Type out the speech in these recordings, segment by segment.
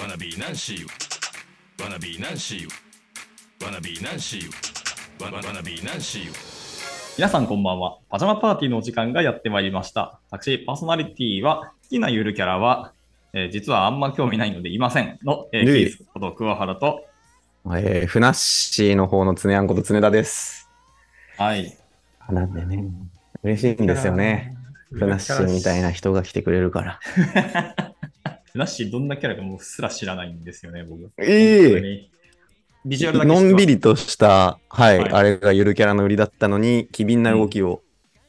わなびナンシーわなびナンシーわなびナンシーわなびナンシー皆さんこんばんは。パジャマパーティーのお時間がやってまいりました。私、パーソナリティは、好きなゆるキャラは、えー実はあんま興味ないのでいませんの、えー、キぬいースこと桑原と、えー、ふなっしーの方のつねあんことつねだです。はい。なんでね、嬉しいんですよね。。ふなっしーみたいな人が来てくれるから。ふなっしーどんなキャラかもうっすら知らないんですよね、僕。本当ええにビジュアルだけ知っのてますんび。りとした、はい、はいあれがゆるキャラの売りだったのに、機敏な動きを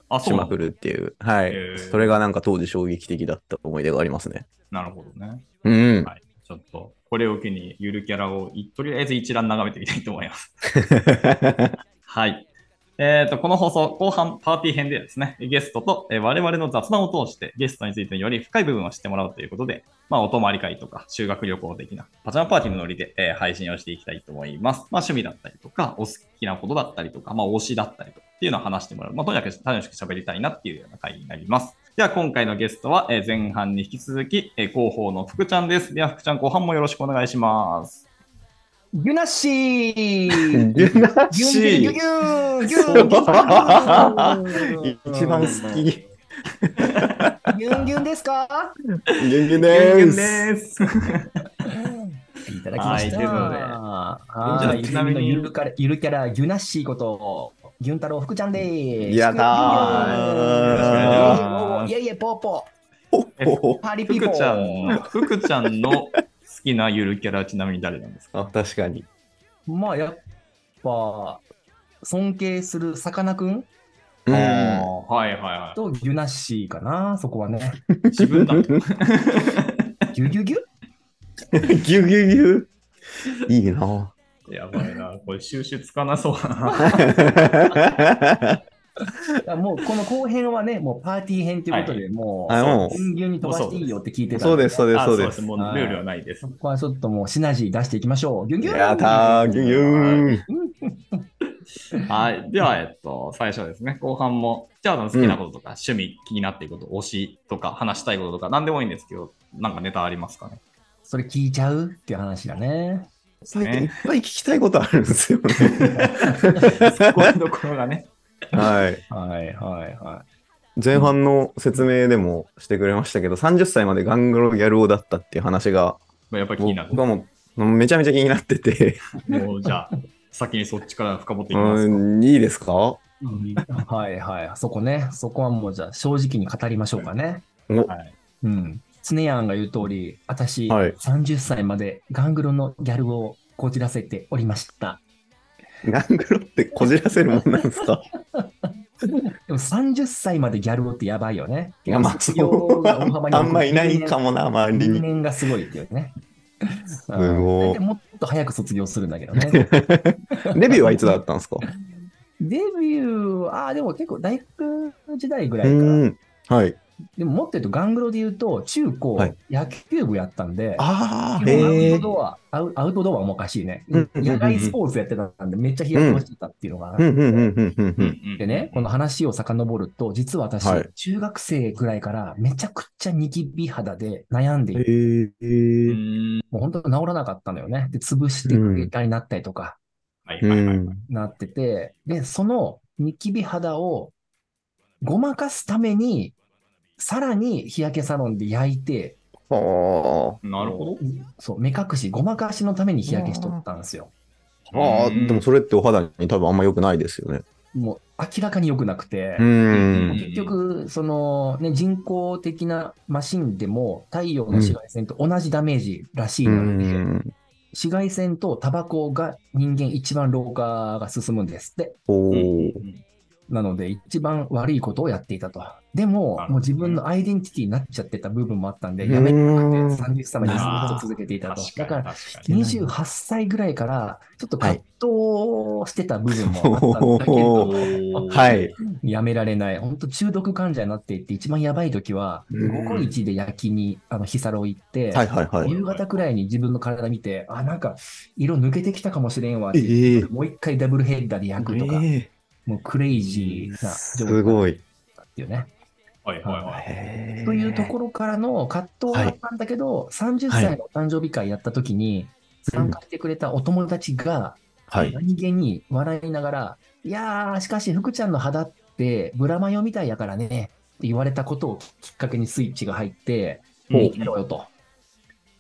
あ、しそうなまんだくるっていう、はへいー、それがなんか当時衝撃的だった思い出がありますね。なるほどね。うんは。い。ちょっと、これを機にゆるキャラをいとりあえず一覧眺めてみたいと思います。 はい。えっ、と、この放送、後半パーティー編でですね、ゲストと、えー我々の雑談を通して、ゲストについてより深い部分を知ってもらうということで、まあ、お泊まり会とか、修学旅行的な、パジャマパーティーのノリで、えー配信をしていきたいと思います。まあ、趣味だったりとか、お好きなことだったりとか、まあ、推しだったりとか、っていうのを話してもらう。まあ、とにかく楽しく喋りたいなっていうような会になります。では、今回のゲストは、えー前半に引き続き、えー広報の福ちゃんです。では、福ちゃん、後半もよろしくお願いします。ギュナッシ ーゆなっギュしンギュンギーュンギュンギュンギそうュンギュン一番好き。ギギュンギュンですかュンギュンです。す。いただきまはいといした。うことではいじゃあちちななみみににゆるキャラゆるキャラギュナッシーことギュン太郎福ちゃんです。やだーいえいえポーポほっほほーパリピポ福ちゃんの、ー。福ちゃんの好きなゆるキャラはちなみに誰なんですかあ、確かに。まあやっぱ尊敬するさかなクンうあん。ーはいはいはとギュナッシーかなそこはね。い。自 分だと。ギュギュぎギュゅぎゅぎゅ。いいな。やばいな。これ収集つかなそうだな。いやもうこの後編はね、もうパーティー編ということで、もう、あもう人間に飛ばしていいよって聞い てたんそうです、そうです、そうです。もうルールはないですそ。こはちょっともうシナジー出していきましょう。ギュンギュンやったー、ぎゅぎゅーん。はい。 では、えっと、最初はですね、後半も、じゃあ好きなこととか、趣味、気になっていること、推しとか、話したいこととか、何でもいいんですけど、なんかネタありますか ね。それ聞いちゃうっていう話だね。最近いっぱい聞きたいことあるんですよ ね。そこのところがね。はい。はいはいは前半の説明でもしてくれましたけど、30歳までガングロギャル王だったっていう話が、やっぱり気になる僕。はもうめちゃめちゃ気になってて、もう、じゃあ、先にそっちから深掘っていきますうか。ん、いいですかお、い。はいはい。そこね、そこはもうじゃあ正直に語りましょうかね。はい。うん。つねやんが言う通り、私、はい30歳までガングロのギャルをこじらせておりました。ガングロってこじらせるもんなんですかでも30歳までギャルをってやばいよね。いや、まあ、そうあんまいないかもな、周り人に。間がすごいっていう ね。すごいもっと早く卒業するんだけ どね。レビューはいつだったんですかデビューは、あーでも結構大学時代ぐらういから。ん。はい。でももっと言うと、ガングロで言うと、中高、はい野球部やったんで、あ基あ、本アへウえト。ドア、アウアウトドアもおかしいね。うん野外スポーツやってたんで、めっちゃ日焼けをしてたっていうのがあっうてん、うん、うん、うん、うん、うん。んでね、この話を遡ると、実は私、はい中学生ぐらいからめちゃくちゃニキビ肌で悩んでいてへうえ。ん。もう本当に治らなかったのよね。で、潰してくたになったりとかはいはういはい。ん。なってて、で、そのニキビ肌をごまかすために、さらに日焼けサロンで焼いて、はなるほど。そう、目隠し、ごまかしのために日焼けしとったんですよ。あ。ああ、でもそれってお肌に多分あんま良くないですよね。もう明らかに良くなくてう、ん。結局、そのね、人工的なマシンでも太陽の紫外線と同じダメージらしいので、ん。紫外線とタバコが人間一番老化が進むんですって。おうんーなので、一番悪いことをやっていたと。でな、るもほどねもう自分のアイデンティティになっちゃってた部分もあったんで、うんやめなくて、30歳までずっと続けていたと。確だかかにら、確かに。 28歳ぐらいから、ちょっと葛藤してた部分もあったんだけお ど、はい。やめられない。本当中毒患者になっていって、一番やばい時は、うん午後一で焼きに、あの、日サロ行って、はいはいは夕方くらいに自分の体見て、あ、なんか、色抜けてきたかもしれんわって言ってい。ええ。もう一回ダブルヘッダーで焼くとか、ええもうクレイジーな状態すごい。っていうね。はいはいはい。へーというところからの葛藤があったんだけど、30歳のお誕生日会やった時に参加してくれたお友達がはい。何気に笑いながら、い、やーしかし福ちゃんの肌ってブラマヨみたいやからねって言われたことをきっかけにスイッチが入って、ほう見てろよと。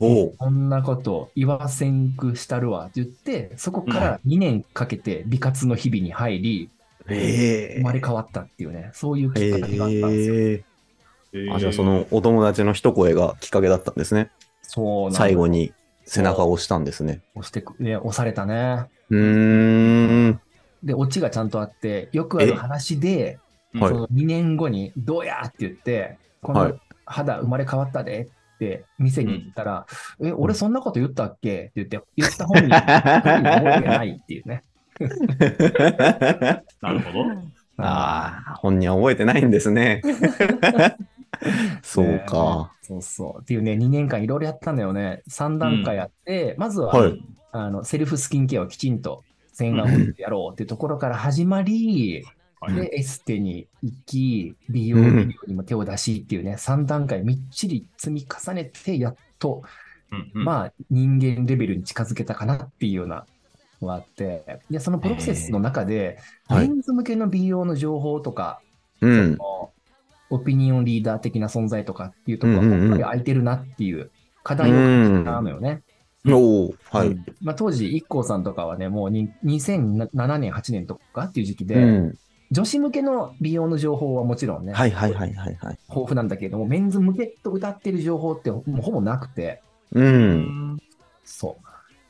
おお。こんなこと言わせんくしたるわって言って、そこから2年かけて美活の日々に入り、え生まれ変わったっていうね、そういうきっかけがあったんですよ。ええーあ、じゃあそのお友達の一声がきっかけだったんですね。そうなんです最後に背中を押したんですね。押してく、ね、押されたね。うーん。で、オチがちゃんとあって、よくある話で、はいその2年後に、どうやって言って、こはいの肌生まれ変わったでって店に行ったら、え、俺そんなこと言ったっけって言って、言った本人本人覚えてないっていうね。なるほど。 ああ、本人は覚えてないんですね。そうか。そうそう。っていうね、2年間いろいろやったんだよね。3段階あって、まずは、はい。あのセルフスキンケアをきちんと洗顔を打ってやろうっていうところから始まり、はいで、エステに行き、美容医療にも手を出しっていうね、3段階みっちり積み重ねて、やっと、うんうんまあ、人間レベルに近づけたかなっていうようなのがあって、で、そのプロセスの中で、へーはいメンズ向けの美容の情報とか、うん。オピニオンリーダー的な存在とかっていうところうんが、うんうんやっぱり空いてるなっていう課題を感じたのよね。おお。はい。まあ、当時、IKKO さんとかはね、もうに2007年、8年とかっていう時期で、うん。女子向けの美容の情報はもちろんね、はいはいはいはいはい。豊富なんだけれども、メンズ向けと歌ってる情報ってもうほぼなくて、う。うんんそ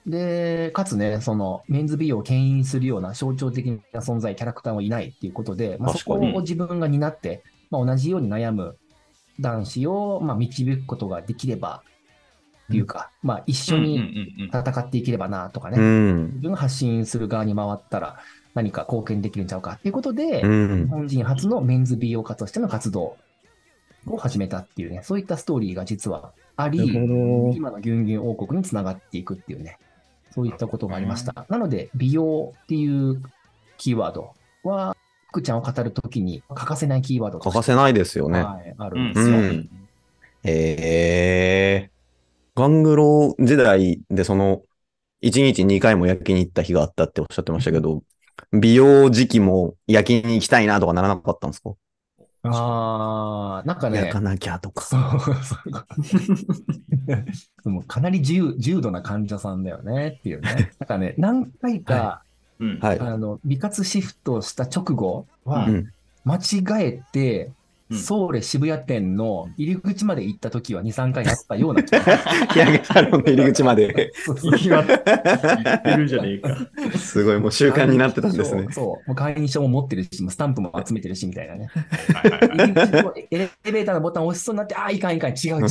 う。で、かつね、そのメンズ美容を牽引するような象徴的な存在、キャラクターもいないっていうことで、まあ、そ確こかをに自分が担って、まあ、同じように悩む男子を、まあ、導くことができれば、っていうか、まあ、一緒うんにうんうん戦っていければなとかね、うん自。分が発信する側に回ったら何か貢献できるんちゃうかっていうことで、うん日。本人初のメンズ美容家としての活動を始めたっていうね、そういったストーリーが実はあり、なるほど今のギュンギュン王国につながっていくっていうね、そういったことがありました。なので、美容っていうキーワードは、福ちゃんを語るときに欠かせないキーワードと欠してかせないですよね。はい、あうるんんですよ。うんええガングロ時代でその、1日2回も焼きに行った日があったっておっしゃってましたけど、美容時期も焼きに行きたいなとかならなかったんですか、あー、なんか焼ねか、なきゃとそか。う、そういう こと。もうかなり自由重度な患者さんだよねっていうね。なんかね、何回か、うんはい。あの、美活シフトした直後は、うん間違えて、うんソウレ渋谷店の入り口まで行った時は2、3回やったような気がす る日焼けサロンの入り口まで。そうそう行 きは行ってるじゃねえか。すごい、もう習慣になってたんですねそう。そう。もう会員証も持ってるし、もうスタンプも集めてるし、みたい なね。はいはいはい入り口のエレベーターのボタン押しそうになって、ああ、いかんいかん、違う違う違う。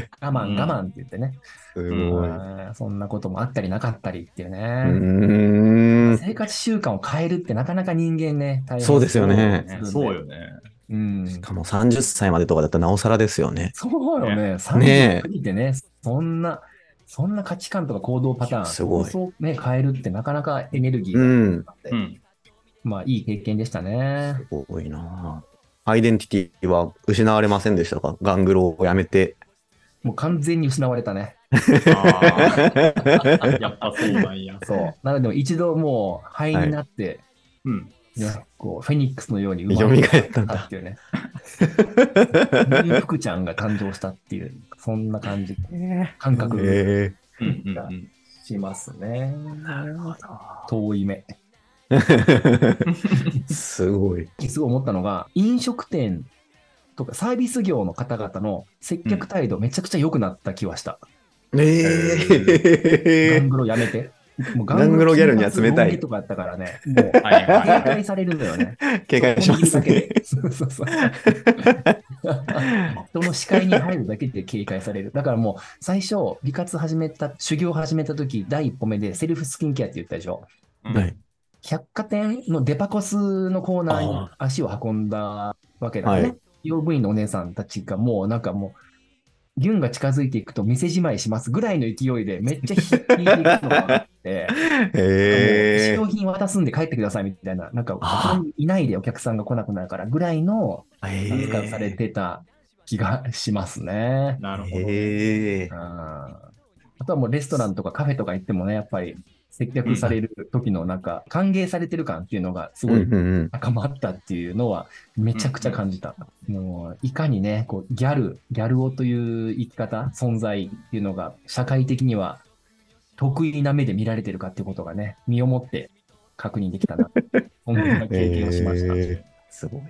ええ我慢我慢って言ってね。すごい。うあーそんなこともあったりなかったりっていうね。ーん。生活習慣を変えるってなかなか人間ね、大変そうですよねるんそう。よね。うん。しかも30歳までとかだったらなおさらですよね。そうよね。ねえ30過ぎてね、そんな、そんな価値観とか行動パターン、すごいそうね、変えるってなかなかエネルギーうがん。あって、うん。まあいい経験でしたね。多いなぁアイデンティティは失われませんでしたかガングロをやめて。もう完全に失われたね。あーやっぱそうなんや。そう。なので、一度もう灰になって、うん。ね、こう、フェニックスのように蘇ったんだっていうね。福ちゃんが誕生したっていう、そんな感 じ、感覚がえうんうんうんしますね。なるほ遠い目。ど。すごい。すごい思ったのが、飲食店とかサービス業の方々の接客態度めちゃくちゃ良くなった気はした。ええガングロやめて。もうガングロギャルには冷たいガングロ金髪ロン毛とかやったからね、もう警はいはいはい戒されるのよね。警戒しますね。そこにいるだけで。そうそうそう。人の視界に入るだけで警戒される。だからもう最初、美活始めた、修行始めた時、第一歩目でセルフスキンケアって言ったでしょ。うんはい。百貨店のデパコスのコーナーに足を運んだわけだよね。はい美容部員のお姉さんたちがもうなんかもう、ギュンが近づいていくと店じまいしますぐらいの勢いでめっちゃ引いていくのがって、 へ試用品渡すんで帰ってくださいみたいな、なんか、あーそこにいないでお客さんが来なくなるからぐらいのえ。扱いをされてた気がしますね。なるほど。へえうん。あとはもうレストランとかカフェとか行ってもね、やっぱり接客される時のなんか、歓迎されてる感っていうのがすうんごいうんうん。高まったっていうのはめちゃくちゃ感じた。もういかにね、こうギャル、ギャル男という生き方、存在っていうのが社会的には得意な目で見られてるかっていうことがね、身をもって確認できたな、そんな経験をしました。えすごい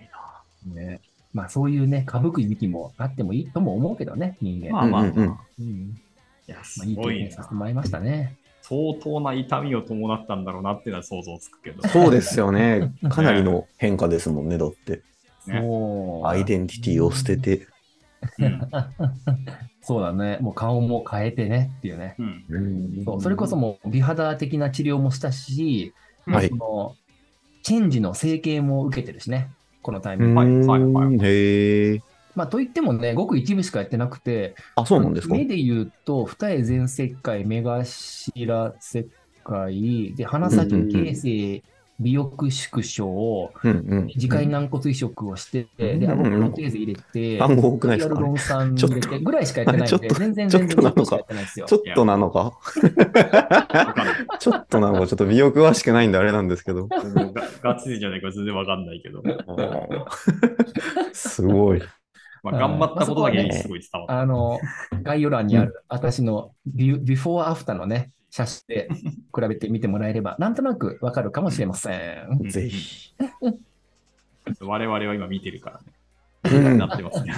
な。ねまあそういうね、歌舞伎時期もあってもいいとも思うけどね、人間。まあまあ、まあうんうんうんうんいや、すまあ、いい経ごい験なさせ。てもらいましたね。相当な痛みを伴ったんだろうなっていうのは想像つくけど。そうですよ ね。かなりの変化ですもんね、だって。ねもうアイデンティティを捨てて。うんそうだね、もう顔も変えてねっていうね。うんそうそれこそもう美肌的な治療もしたし、はいそのチェンジの整形も受けてるしね、このタイミング。はいはいはうんへえ。まあ、といってもね、ごく一部しかやってなくて、あ、そうなんですか目で言うと、二重全切開、目頭切開、で鼻先形成、尾翼縮小、うんうん。耳介軟骨移植をして、で、顎プロテーゼ入れて、単語多くないですヒアルかロン酸入れちょてっとぐらいしかやってないんで、ちょっと全然ちょっ全と然なのかしかやってないんですよち。ょっとなのかわかんないちょっとなのかちょっと美容詳しくないんであれなんですけど。ガガチじゃないから全然わかんないけど、すごい。まあ、頑張ったことだけすごい伝わった。あの、概要欄にある、私のビュビフォーアフターのね、写真で比べてみてもらえれば、なんとなくわかるかもしれません。うんぜひ。我々は今見てるからね。うんなってますね。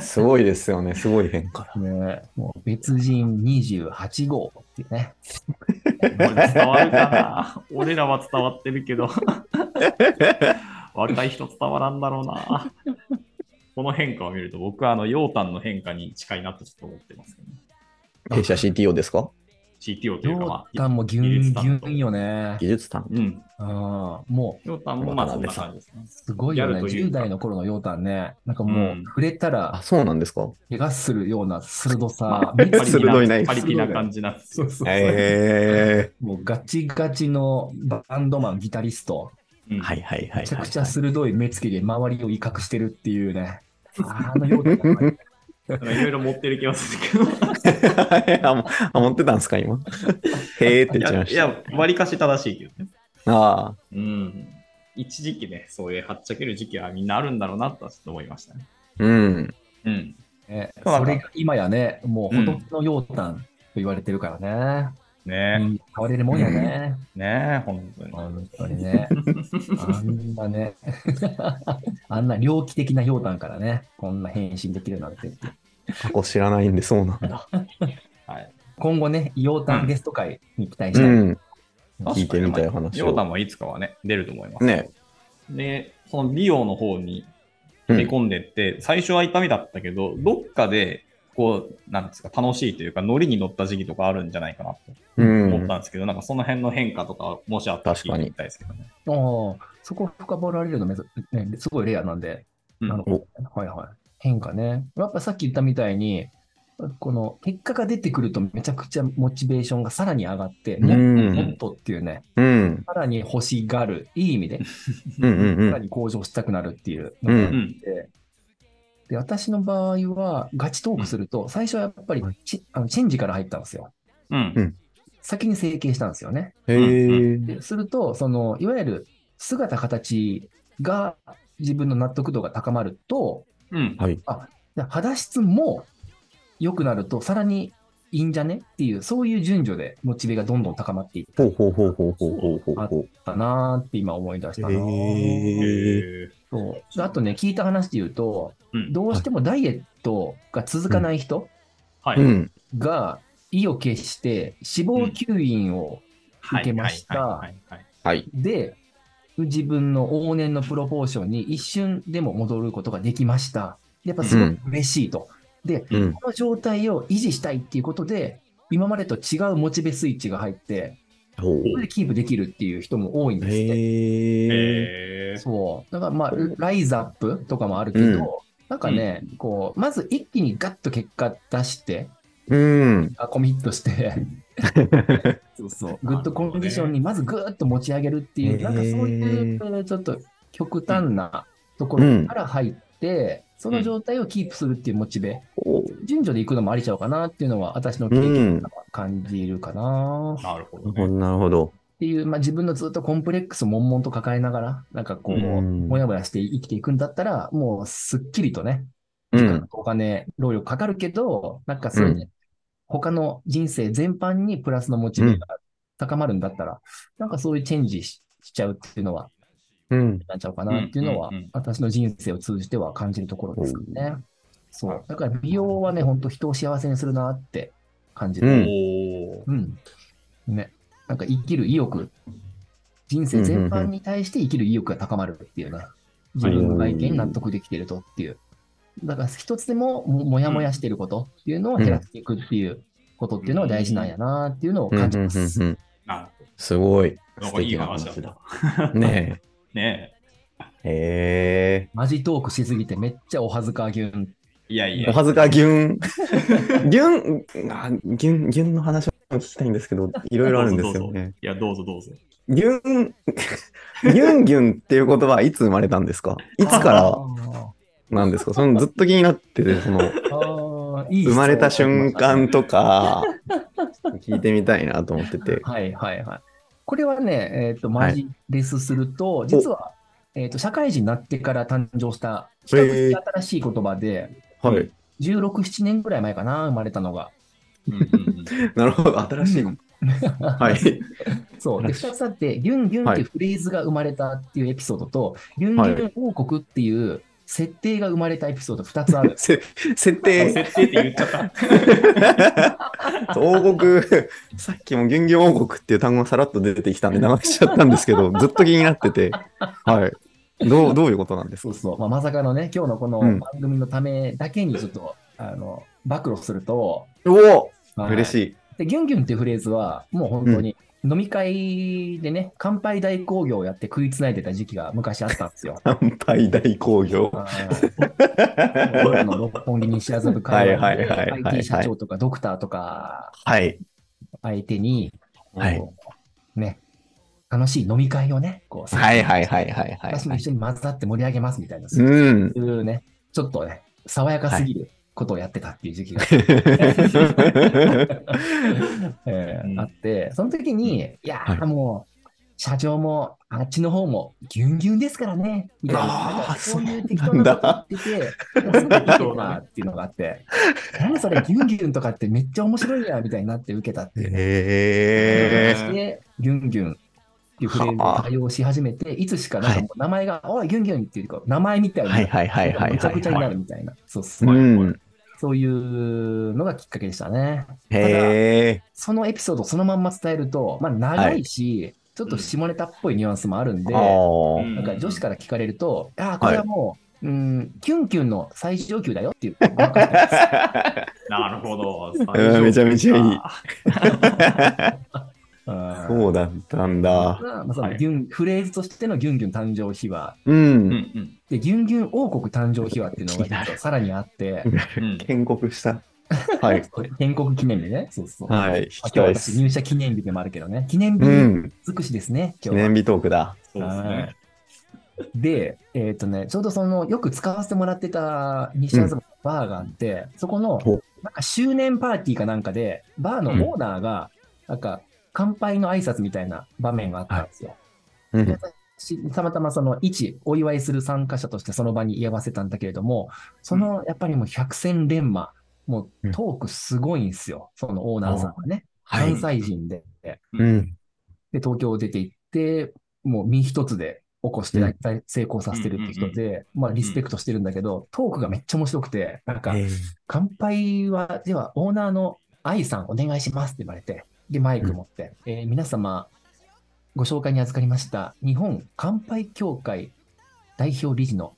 すごいですよね。すごい変化。ね、もう別人28号っていうね。これ伝わるかな俺らは伝わってるけ ど、若い人伝わらんだろうな。この変化を見ると、僕はあの、ヨウタンの変化に近いなとちょっと思ってますけど、ね、弊社 CTO ですか CTO というか、ヨまウタンあ、もギュ技ン術ギ担当ュンよね。技術担うん。あーもうヨウタンもまあそんな感じですね。すごいよね。ギャルという10か代の頃のヨウタンね、なんかもううん触れたあ、らそうなんですか怪我するような鋭さ、まあ密にな鋭いナイフパリピな感じなんですそようそうそうへもうガチガチのバンドマン、ギタリスト。うんえ。はいはいはいはい。めちゃくちゃ鋭い目つきで周りを威嚇してるっていうね。あのような感じなんかいろいろ持ってる気がするけど。 あもあ、持ってたんですか今。へえってい言っちゃやいまいした。や、割かし正しいけどね。ああ、うん。一時期ね、そういうはっちゃける時期はみんなあるんだろうなとはちょっと思いましたね。うん。うん。ね そうなんそだれが今やね、もう仏のようたんと言われてるからね。ね変われるもんやね。え、ねえ、本当に。本当にね。あんなね。 あんな猟奇的なようたんからね、こんな変身できるなんて。過去知らないんでそうなんだ。はい。今後ね、ようたんゲスト会に期待しうたん。い。聞いてみたい話をヨウタもいつかはね、出ると思います。ねで、その美容の方にえ。うん出込んでって、最初は痛みだったけど、どっかで、こう、なんですか、楽しいというか、ノリに乗った時期とかあるんじゃないかなとう思っん。たんですけど、なんかその辺の変化とか、もしあったら聞いてみたいですけどね。おーそこ深掘られるのめず、ね、すごいレアなんで、うんあのはいはい。変化ね。やっぱさっき言ったみたいに、この結果が出てくるとめちゃくちゃモチベーションがさらに上がって、うもっんともっとっていうね、うん。さらに欲しがる、いい意味で、うんうんうさらん。に向上したくなるっていううのがあって、ん。で、私の場合は、ガチトークすると、最初はやっぱりチあのチェンジから入ったんですよ。うん。先に整形したんですよね。へえ。ですると、その、いわゆる姿形が自分の納得度が高まると、うん。はい。で肌質も良くなると、さらにいいんじゃねっていう、そういう順序でモチベがどんどん高まっていっほうほうほうほうほうほうほうほう。たなーって今思い出したなへーえそうであとね、聞いた話で言うと、うんどうしてもダイエットが続かない人はい。うん。が意を決して脂肪吸引を、はい受けましたはいはいはいはい。で、自分の往年のプロポーションに一瞬でも戻ることができました。やっぱすごく嬉しいと。で、うん。この状態を維持したいっていうことで、今までと違うモチベスイッチが入って、ほうそれでキープできるっていう人も多いんですって。へえ。えーそう。だからまあ、ライズアップとかもあるけど、うんなんかね、こう、まず一気にガッと結果出して、うん。あコミットして、そうそう。グッドコンディションにまずぐーっと持ち上げるっていう、なんかそういううんちょっと極端なところから入って、その状態をキープするっていうモチベ、お順序でいくのもありちゃうかなっていうのは、私の経験からは感じるかなっなるほどなるほね。どなるほど。ていう、まあ、自分のずっとコンプレックスを悶々と抱えながら、なんかこう、うんもやもやして生きていくんだったら、もうすっきりとね、う時間ん。とお金、労力かかるけど、なんかそれうで、他の人生全般にプラスのモチベが高まるんだったら、なんかそういうチェンジししちゃうっていうのは、うん。なっちゃうかなっていうのは、うんうんうん私の人生を通じては感じるところですかね。そう。だから美容はね、本当人を幸せにするなって感じうんる。おーうん。ね。なんか生きる意欲、人生全般に対して生きる意欲が高まるっていうね。自分の外見に納得できてるとっていう。だから一つでもももやもやしてることっていうのを減らしていくっていうことっていうのは大事なんやなっていうのをうんうん感じますう。んうんなるすごい。なん素かいい敵な話だ話だ。ねねえ。へマジトークしすぎてめっちゃお恥ずかぎゅん。え。いやいえ。おや。はずかぎゅん。ぎゅん、あぎゅん、ぎゅんの話も聞きたいんですけど、いろいろあるんですよね。いや、どうぞどうぞ。ぎゅん、ぎゅんぎゅんっていう言葉はいつ生まれたんですかいつからなんですかそのずっと気になってて、その、あーいい質問生まれた瞬間とか、聞いてみたいなと思ってて。はいはいはい。これはね、えっとマジレスすると、実は、えっと社会人になってから誕生した、比較的新しい言葉で、はい。 16、7年ぐらい前かな、生まれたのが。うんうんうんなるほど、新しい。うんはい。そう。で、2つあって、ギュンギュンっていうフレーズが生まれたっていうエピソードと、ギュンギはい。ュン王国っていう設定が生まれたエピソード2つある せ設定。設定って言っちゃった。王国、 さっきもギュンギュン王国っていう単語がさらっと出てきたんで流しちゃったんですけど、ずっと気になってて、はい。どう、どういうことなんですそかうそう。まあ、まさかのね、今日のこのうん番組のためだけにちょっと、あの、暴露すると、おはおい嬉しい。。で、ギュンギュンっていうフレーズは、もう本当に、飲み会でね、乾杯大興行をやって食いつないでた時期が昔あったんですよ 乾杯大興行。あの僕らの六本木西麻布会は話いはいはいではいはい IT 社長とかドクターとかはい。相手に、はいこうね、楽しい飲み会をね、こう、はいはいはいはいはい。私も一緒に混ざって盛り上げますみたいな、そううん。いうね、ちょっとね、爽やかすぎることをやってたっていう時期が えーうんあって、その時に、いやー、はもう、社長も、あっちの方も、ぎゅんぎゅんですからね、みたいな。あーなんかそういう適そ当うなんなだこと 言ってて、もうすぐ適当なっていうのがあって、何それ、ぎゅんぎゅんとかってめっちゃ面白いや、みたいになって受けたっていうね。へーで、ぎゅんぎゅんっていうフレーズを多用し始めて、いつしかなんかもう名前が、おい、ぎゅんぎゅんっていうか、名前みたいー。な、はいはいはいはいむちゃはくいちゃには。ないるみたいな、そうそううん。そういうのがきっかけでしたね。へえ。そのエピソードをそのまんま伝えると、まあ、長いし、ちょっと下ネタっぽいニュアンスもあるんで、あーなんか女子から聞かれると、ああ、これはもう、うん、キュンキュンの最上級だよっていう。 なるほど。うんめちゃめちゃいいそそうだったんだ。まあそはのいギュンフレーズとしてのギュンギュン誕生秘話ううんん。うんで、ギュンギュン王国誕生秘話っていうの気にながるさらにあって、うん。建国した。はい。建国記念日ね。そうそう。まあはい。聞き今た日いで私す。入社記念日でもあるけどね、記念日うん。尽くしですね、記今日は念日トークだ。そうですね。で、えっ、とね、ちょうどその、よく使わせてもらってた西麻布のバーがあって、そこのほ、なんか周年パーティーかなんかで、バーのオーナーが、なんか、乾杯の挨拶みたいな場面があったんですよ。うんしたまたまその、一、お祝いする参加者としてその場に居合わせたんだけれども、その、やっぱりもう百戦錬磨、もうトークすごいんですよ、そのオーナーさんはね。はい関西人で。うん。で、東京出て行って、もう身一つで起こしうて、ん大体成功させてるって人で、まあ、リスペクトしてるんだけど、トークがめっちゃ面白くて、なんか、乾杯は、では、オーナーの愛さんお願いしますって言われて、で、マイク持って、えー皆様、ご紹介に預かりました、日本乾杯協会代表理事の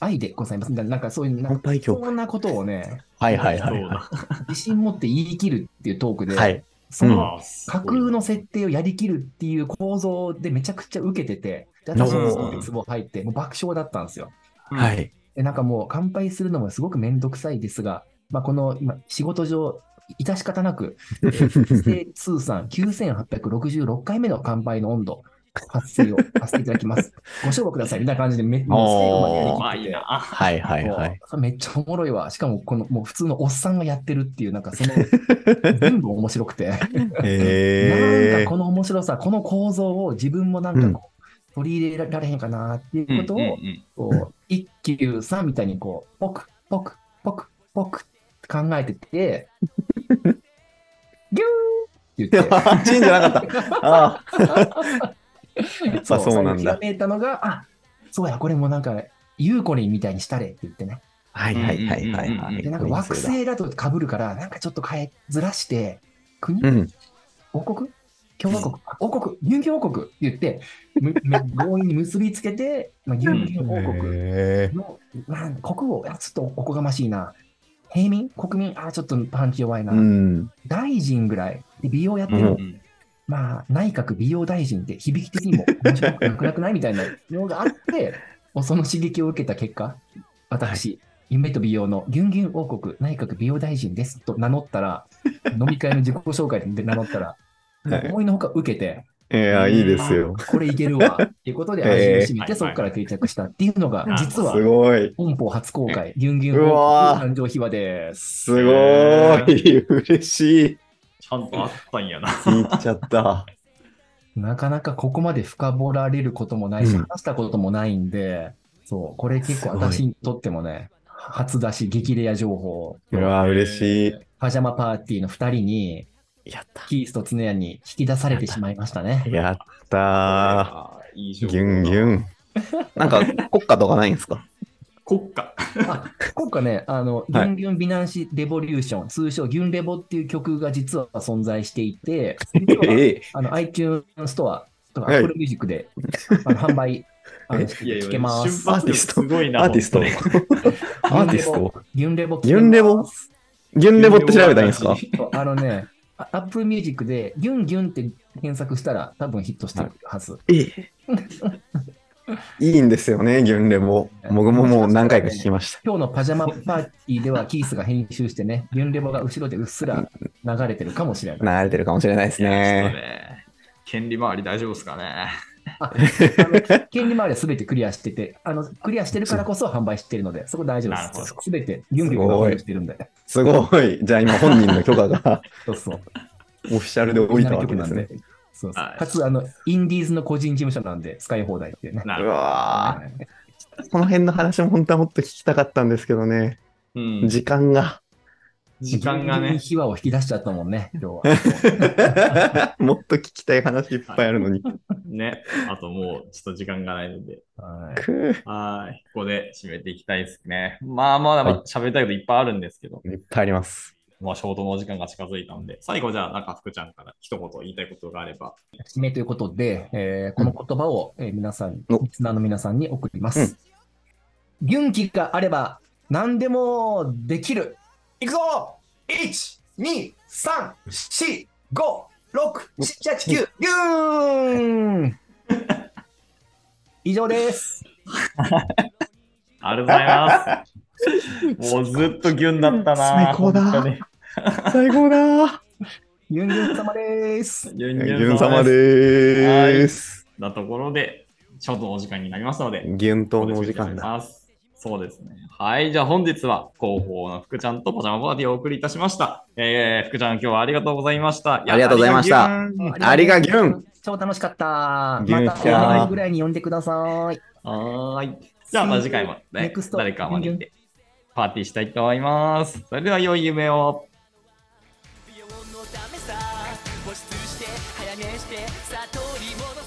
愛でございます。みたいななんかそういう、なん乾か、杯協そんなことをね、はいはいそはういはだ。自信持って言い切るっていうトークい。で、はい。その、ああすごい架空の設定をやりきるっていう構造でめちゃくちゃ受けてて、で私もその鉄棒入って、もう爆笑だったんですよ。は。うんい。でなんかもう乾杯するのもすごくめんどくさいですが、まあ、この今仕事上致し方なく、えー平成 通算9866回目の乾杯の温度、発生をさせていただきます。ご賞ください。みたいな感じでめ、もう最後までやりきまあっいていてな。あはいはいはい。もうめっちゃおもろいわ。しかも、この、もう普通のおっさんがやってるっていう、なんかそ の、全部面白くて。なんへかこの面白さ、この構造を自分もなんかこう、取り入れられへんかなっていうことを、こう、一休さんみたいにこう、ポク、ポク、ポク、ポクって考えてて、ギューって言って。ー。チンじゃなかった。あさ そうなんだ最後ひらめいたのが、あそうや、これもなんか、ゆうこりんみたいにしたれって言ってね。あ。はいはいはいはいはい。で、なんか惑星だと被るから、なんかちょっと変え、ずらして、国、うん。王国共和国、あ王国、乳牛王国って言って、むむ強引に結びつ けて、まあ、牛牛王国への、まあ、国王、あちょっとおこがましいな。平民国民あ、ちょっとパンチ弱いーな。うん。大臣ぐらい。で美容やってる、うんまあ、内閣美容大臣って響き的にも面白くなくなくないみたいなのがあ って、その刺激を受けた結果、私、夢と美容のギュンギュン王国内閣美容大臣ですと名乗ったら、飲み会の自己紹介で名乗ったら、はい思いのほか受けて、いや、いいですよ。これいけるわ、っていうことでえー味をしめて、そこから定着したっていうのがはいは、い実はすごい。本邦初公開、ギュンギュンう王わ国誕生秘話です。すごい。嬉しい。ちゃんとあったんやな。言っちゃった。なかなかここまで深掘られることもないし、うん話したこともないんで、そう、これ結構すごい私にとってもね、初出し激レア情報。うわー、嬉しい。パジャマパーティーの2人に、やった。キースとツネヤに引き出されてしまいましたね。やったあー、いいー。情報ギュンギュン。なんか、国家とかないんですか国家。あ今回ね、あの、ギュンギュン美男子レボリューション、通称ギュンレボっていう曲が実は存在していて、 ええ。あの iTunes ストアとかはい Apple Music で、あの販売あのえして聞けます。アーティストすごいな。アーティスト。ア本ーティストギュンレボ聞けギュンレボますギュンレボって調べたらいいんですかそうあのね、あ Apple Music でギュンギュンって検索したら多分ヒットしてるはず。ええ。 いいんですよね、ギュンレボ。僕ももう何回か聞きました。今日のパジャマパーティーではキースが編集してね、ギュンレボが後ろでうっすら流れてるかもしれない。慣れてるかもしれないです当にいやちょっとね。ね権利回り大丈夫ですかね。ああの権利回りは全てクリアしててあの、クリアしてるからこそ販売してるので、そこ大丈なる夫ほでどす。全てギュンギュンが販売してるんで。すごい。じゃあ今本人の許可が そうそう。オフィシャルで降りたわけですね。そうそうはいかつあの、インディーズの個人事務所なんで、使い放題っていうね。なうるわはいーこの辺の話も本当はもっと聞きたかったんですけどね。うん時間が。時間がギュンギュンね。秘話を引き出しちゃったもんね、 今日は。もっと聞きたい話いっぱいあるのに。ね。あともう、ちょっと時間がないので。はいくはい。ここで締めていきたいですね。まあまだまだ喋りたいこといっぱいあるんですけど、ーいっぱいあります。まあ、ショートのお時間が近づいたんで、最後じゃあ、なんか福ちゃんから一言言いたいことがあれば。締めということで、えーこの言葉を、えー皆さん、おリスナーの皆さんに送ります。元気があれば何でもできる。いくぞ !1、2、3、4、5、6、7、8、9、ギュー ン以上です。ありがとうございます。もうずっとギュンだったな。最高だ本当に最高だー。ギュンギュン様です。ギュギンギュュンン様様でです。ーす。なところで、ショートのお時間になりますので、ギュン島のお時間だ。だ。そうですね。はい。じゃあ本日は広報の福ちゃんとパジャマパーティーをお送りいたしました。えー、福ちゃん今日はありがとうございました。やありがとうございましたありがとうございまありがギュン超楽しかった。ギュンまたきゃー4年ぐらいに呼んでください。すはーい。じゃあまあ次回も、ね Next、誰か招いてパーティーしたいと思います。それでは良い夢を。美容のためさ保湿して早寝して悟り戻す